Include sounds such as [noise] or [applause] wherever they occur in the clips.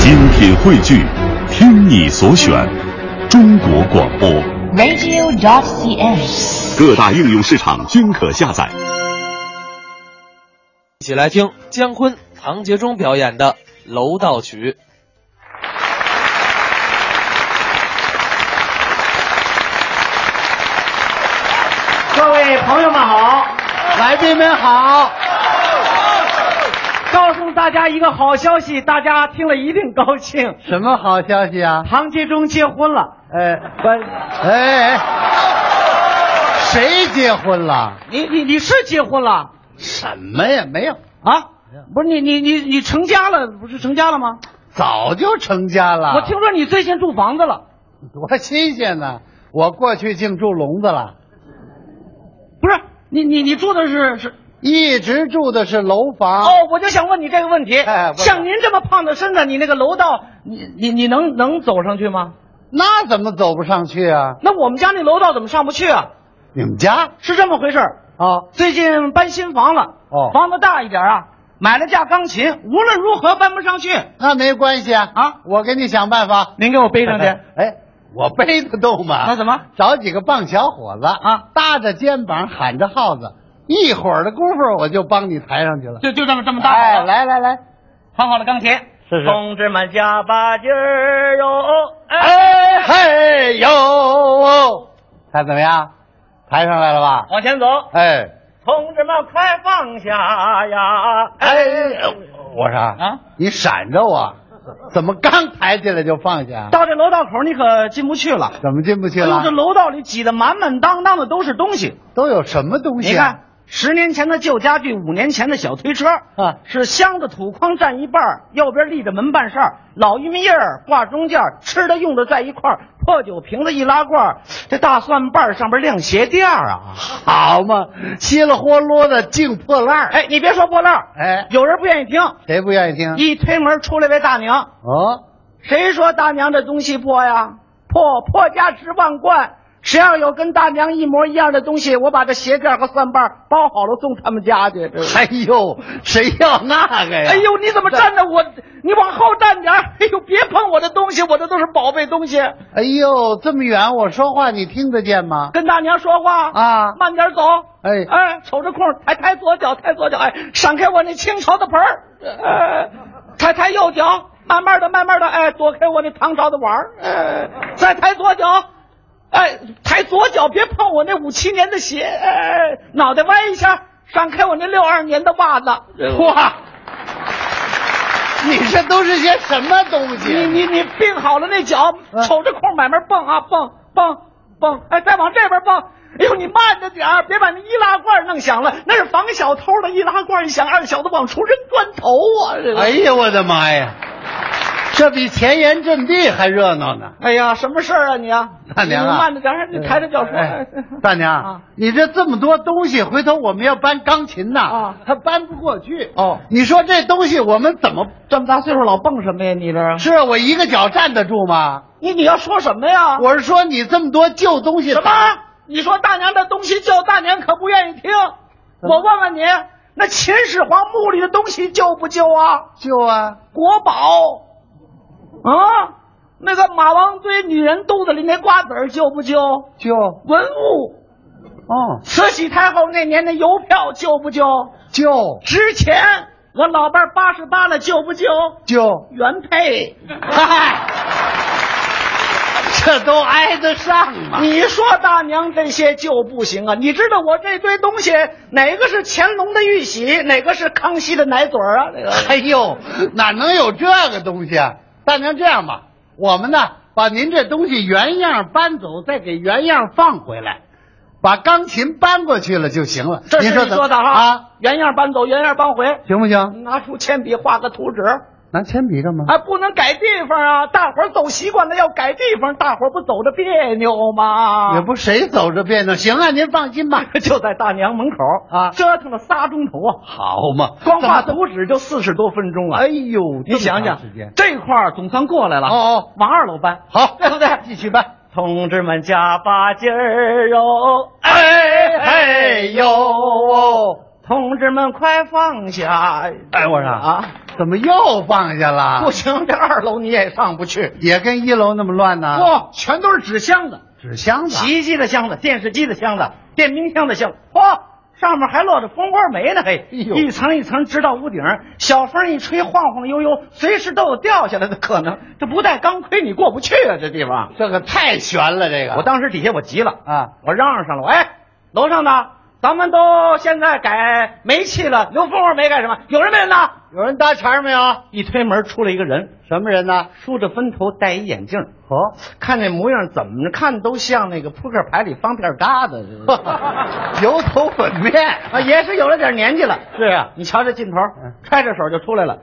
精品汇聚，听你所选，中国广播。 radio.cn。各大应用市场均可下载。一起来听姜昆、唐杰忠表演的《楼道曲》。各位朋友们好，来宾们好，告诉大家一个好消息，大家听了一定高兴。什么好消息啊？唐杰忠结婚了，哎不，哎，哎谁结婚了？你你你是结婚了什么呀？没有，啊？不是你你你你成家了，不是成家了吗？早就成家了。我听说你最近住房子了，多新鲜呢！我过去净住笼子了，不是？你你你住的是是？一直住的是楼房。哦，我就想问你这个问题，啊哎问吧像您这么胖的身子，你那个楼道，你你你能能走上去吗？那怎么走不上去啊？那我们家那楼道怎么上不去啊？你们家是这么回事儿。啊？最近搬新房了，哦房子大一点啊，买了架钢琴，无论如何搬不上去，那没关系啊啊我给你想办法您给我背 [laughs] 上去。哎，我背得动吗？那怎么？找几个棒小伙子啊，搭着肩膀喊着号子，一会儿的功夫我就帮你抬上去了。就就这么这么大，哎，，来来来，放好了钢琴，是是同志们加把劲儿哟！哎嘿呦，看怎么样？抬上来了吧？往前走，哎同志们快放下呀！哎，我说啊，你闪着我，怎么刚抬起来就放下？到这楼道口你可进不去了，怎么进不去哎呦了这？楼道里挤得满满当当的都是东西。都有什么东你西、看啊？，十年前的旧家具，五年前的小推车，啊是箱子土筐占一半儿，右边立着门半扇儿，老玉米叶儿挂中间儿，吃的用的在一块儿，破酒瓶子一拉罐儿，这大蒜瓣儿上边晾鞋垫儿啊！好嘛，稀里哗啦的净破烂儿。哎，你别说破烂儿，哎，嗯有人不愿意听，谁不愿意听？一推门出来位大娘，哦，谁说大娘这东西破呀？破破家值万贯。谁要有跟大娘一模一样的东西，我把这鞋垫儿和蒜瓣儿包好了送他们家去。这是哎呦，谁要那个呀？哎呦，你怎么站着我？你往后站点儿！哎呦，别碰我的东西，我这都是宝贝东西。哎呦，这么远，我说话你听得见吗？跟大娘说话啊慢点走。哎哎，瞅着空，抬抬左脚，抬左脚，哎，闪开我那清朝的盆儿，哎，抬抬右脚，慢慢的，慢慢的，哎，躲开我那唐朝的碗儿，哎，再抬左脚，哎，抬左脚，别碰我那五七年的鞋，哎，脑袋歪一下，闪开我那六二年的袜哎子。哇，你这都是些什么东西？你你你病好了那脚，嗯瞅着空慢慢蹦啊蹦蹦蹦，哎，再往这边蹦。哎呦，你慢着点儿，别把那易拉罐弄响了，那是防小偷的。易拉罐一响，二小子往出扔砖头啊！这个哎呀，我的妈呀，这比前沿阵地还热闹呢！哎呀，什么事儿啊你啊？大娘啊，你慢着点儿，你抬着脚说。哎哎大娘，啊你这这么多东西，回头我们要搬钢琴呐，啊还搬不过去。哦，你说这东西我们怎么？这么大岁数老蹦什么呀？你这是啊我一个脚站得住吗？你你要说什么呀？我是说你这么多旧东西，什么？你说大娘的东西旧，大娘可不愿意听。嗯我问问你，那秦始皇墓里的东西旧不旧啊？旧啊？国宝啊，那个马王堆女人肚子里那瓜子儿旧不旧？旧文物，哦，慈禧太后那年的邮票旧不旧？旧值钱，我老伴八十八了旧不旧？旧，原配，嗨，这都挨得上吗？你说大娘这些旧不行啊？你知道我这堆东西哪个是乾隆的玉玺，哪个是康熙的奶嘴儿啊？这个。哎呦，哪能有这个东西啊？大娘，这样吧，我们呢把您这东西原样搬走，再给原样放回来，把钢琴搬过去了就行了。这您是说你怎么说的哈，啊，原样搬走，原样搬回。行不行？拿出铅笔画个图纸，拿铅笔干嘛？啊，不能改地方啊！大伙儿走习惯了，要改地方，大伙儿不走着别扭吗？也不谁走着别扭。行啊，您放 [laughs] 心吧。就在大娘门口啊折腾了仨钟头啊，好嘛，光画怎么图纸就四十多分钟啊！哎呦，你想这想么长时间，这块儿总算过来了，哦哦，往二楼搬，好，对不对？继续搬。同志们加把劲儿哦哟！哎哎呦，同志们快放下！哎我说啊，怎么又放下了？不行，这二楼你也上不去。也跟一楼那么乱呢？不、全都是纸箱子，纸箱子啊，洗衣啊机的箱子，电视机的箱子，电冰箱的箱子。嚯、上面还落着蜂窝煤呢，嘿，哎呦一层一层直到屋顶，小风一吹，晃晃悠悠，随时都有掉下来的可能。这不带钢盔你过不去啊，这地方。这个太悬了，这个我当时底下我急了啊我嚷嚷上了，喂，楼上的，咱们都现在改煤气了，留蜂窝煤干什么？有人没人呢？有人搭茬没有？一推门出来一个人，什么人呢？梳着分头，戴一眼镜，哦，看这模样，怎么着看都像那个扑克牌里方片疙瘩似的。油头粉面啊，也是有了点年纪了。是啊，你瞧这劲头嗯，揣着手就出来了。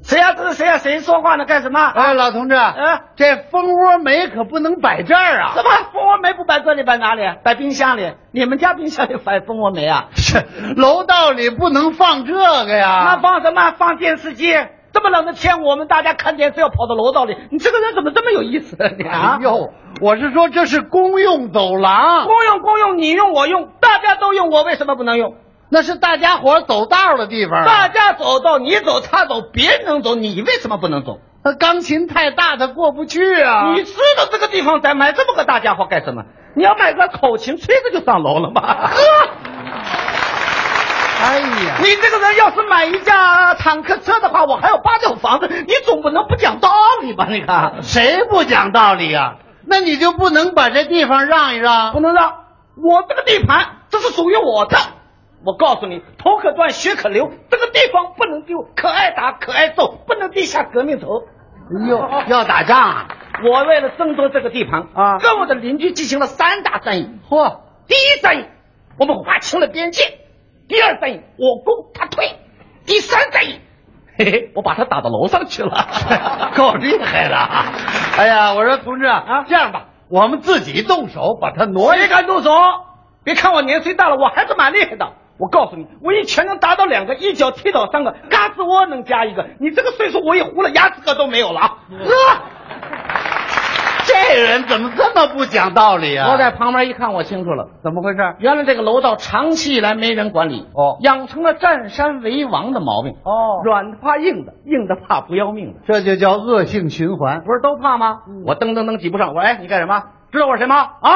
谁呀、这是谁呀、谁说话呢？干什么？哎，老同志，啊这蜂窝煤可不能摆这儿啊！怎么蜂窝煤不摆这里摆哪里？摆冰箱里。你们家冰箱里摆蜂窝煤啊？是 [laughs] 啊楼道里不能放这个那呀！放什么？放电视机。这么冷的天，我们大家看电视要跑到楼道里，你这个人怎么这么有意思啊？你啊 [laughs] 哎，呦，我是说这是公用走 [laughs] 廊，公用公用，你用我用，大家都用，我为什么不能用？那是大家伙走道的地方大啊。家走道，你走他走，别人能走，你为什么不能走？那钢琴太大，它过不去啊！你知道这个地方咱买这么个大家伙干什么？你要买个口琴，吹着就上楼了吗？哎呀， [laughs] 你这个人要是买一架坦克车的话，我还有八九房子，你总不能不讲道理吧？你看，啊谁不讲道理啊？那你就不能把这地方让一不让？能让我这个地盘，这是属于我的。我告诉你，头可断，血可流，这个地方不能丢，可挨打，可挨揍，不能低下革命头。哎呦，要打仗啊！我为了争夺这个地盘啊跟我的邻居进行了三大战役。嚯，。第一战役，我们划清了边界；第二战役，我攻他退；第三战役，嘿嘿，我把他打到楼上去了 [laughs] 够厉害的啊！哎呀，我说同志啊啊，这样吧，我们自己动手把它挪一谁个。敢动手？别看我年岁大了，我还是蛮厉害的。我告诉你，我一拳能打倒两个，一脚踢倒三个，嘎吱窝能加一个。你这个岁数，我一糊了，牙齿可都没有了啊！这人怎么这么不讲道理啊？我在旁边一看，我清楚了。怎么回事？原来这个楼道长期以来没人管理，哦养成了占山为王的毛病，哦软的怕硬的，硬的怕不要命的，这就叫恶性循环。嗯不是都怕吗？我噔噔噔挤不上，我说哎，你干什么？知道我是谁吗？啊，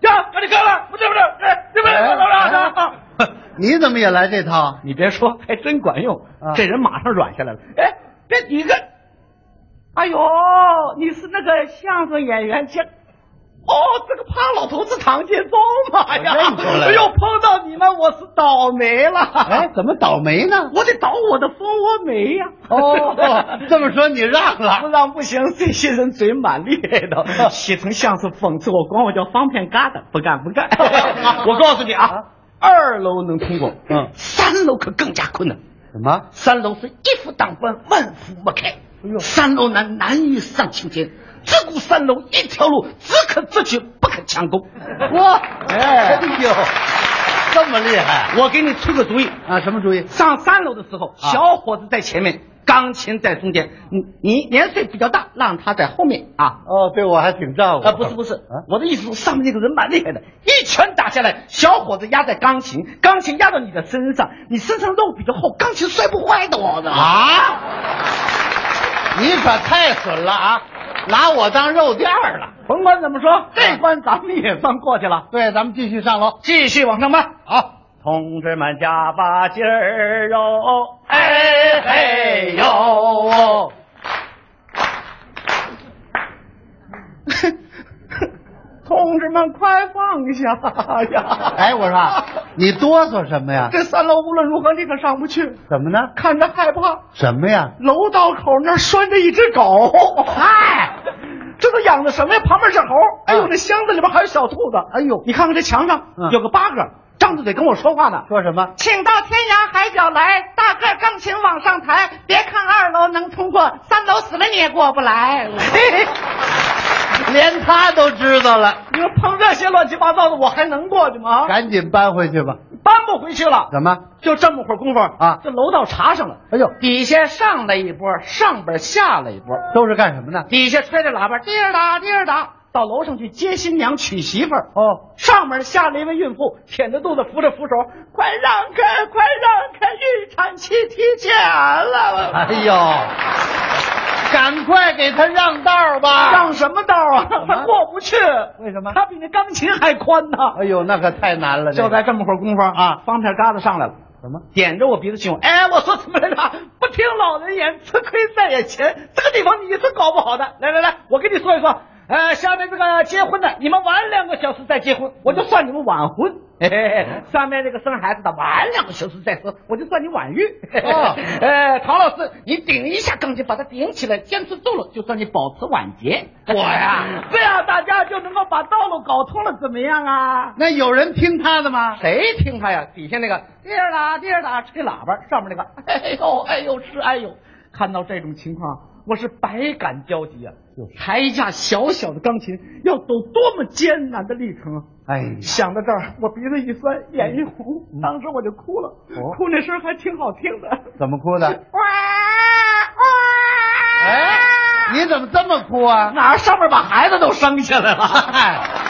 呀，赶紧干了，不对不对，哎，对不对？哎老哎老老，你怎么也来这套？你别说，还真管用啊，这人马上软下来了。哎，这你这，哎呦，你是那个相声演员这。哦，这个胖老头子唐建宗嘛呀！我认出来了哎呦，碰到你们我是倒霉了。哎，怎么倒霉呢？哦我得倒我的蜂窝煤呀、哦这么说你让不了？ [laughs] 让不行，这些人嘴蛮厉害的， [laughs] 写成像是讽刺我，管我叫方片疙瘩，不干不干。 [laughs] [laughs] 我告诉你啊，二楼能通过，嗯三楼可更加困难。什么？哎三楼是一夫当关，万夫莫开。三楼难难于上青天，自古三楼一条路，只可自取，不可强攻。我哎呦，这么厉害我给你出个主意，啊？什么主意？上三楼的时候，啊小伙子在前面，钢琴在中间。你你年岁比较大，让他在后面啊。哦，对我还挺照顾。啊，不是不是，啊我的意思说上面那个人蛮厉害的，一拳打下来，小伙子压在钢琴，钢琴压到你的身上，你身上肉比较厚，钢琴摔不坏的我的。啊！你可太损了啊！拿我当肉垫儿了。啊甭管怎么说，这关咱们也算过去了。对，咱们继续上楼。继续往上搬。好，同志们加把劲儿哦哟！哎嘿哦呦，同志们快放下呀！哎，[laughs] 我说啊你哆嗦什么呀？哦这三楼无论如何你可上不去，怎么呢？看着害怕。什么呀？楼道口那儿拴着一只狗，嗨， [laughs] 这都养的什么呀？旁边是猴，哎啊呦，这箱子里边还有小兔子，哎呦，你看看这墙上嗯有个八哥，张着嘴跟我说话呢，说什么？请到天涯海角来，大个钢琴往上抬。别看二楼能通过，三楼死了你也过不来。 [laughs] 连他都知道了，你说碰这些乱七八糟的，我还能过去吗？赶紧搬回去吧。搬不回去了。怎么？就这么会儿功夫啊这楼道查上了，哎呦，底下上来一波，上边下来一波，都是干什么呢？底下吹着喇叭，滴儿哒滴儿哒，到楼上去接新娘娶媳妇儿。哦，上面下了一位孕妇，舔着肚子扶着扶手，快让开，快让开，预产期体检了。哎呦，赶快给他让道吧！让什么道啊？他过不去。为什么他比那钢琴还宽呢。哎呦，那可太难了。这就个在这么会儿功夫啊，方片疙瘩上来了。什么？点着我鼻子就问哎，我说怎么来着？不听老人言，吃亏在眼前。这个地方你是搞不好的。来来来，我跟你说一说，呃，下面这个结婚的，你们晚两个小时再结婚，我就算你们晚婚。 [laughs] 嘿嘿嘿，上面这个生孩子的晚两个小时再生，我就算你晚育。哦 [laughs] 呃，唐老师，你顶一下钢琴，把它顶起来，坚持住了，就算你保持晚结。[laughs] 我呀，这样大家就能够把道路搞通了，怎么样啊？那有人听他的吗？谁听他呀？底下那个滴儿啦滴儿啦吹喇叭，上面那 [laughs] 个哎呦哎呦是哎呦，看到这种情况，我是百感交集啊！抬一架小小的钢琴，要走多么艰难的历程啊！哎呀嗯想到这儿，我鼻子一酸，眼一红，当时我就哭了，哦哭那声还挺好听的。怎么哭的？哇哇！哎，你怎么这么哭啊？啊哪儿上面把孩子都生下来了？嗨，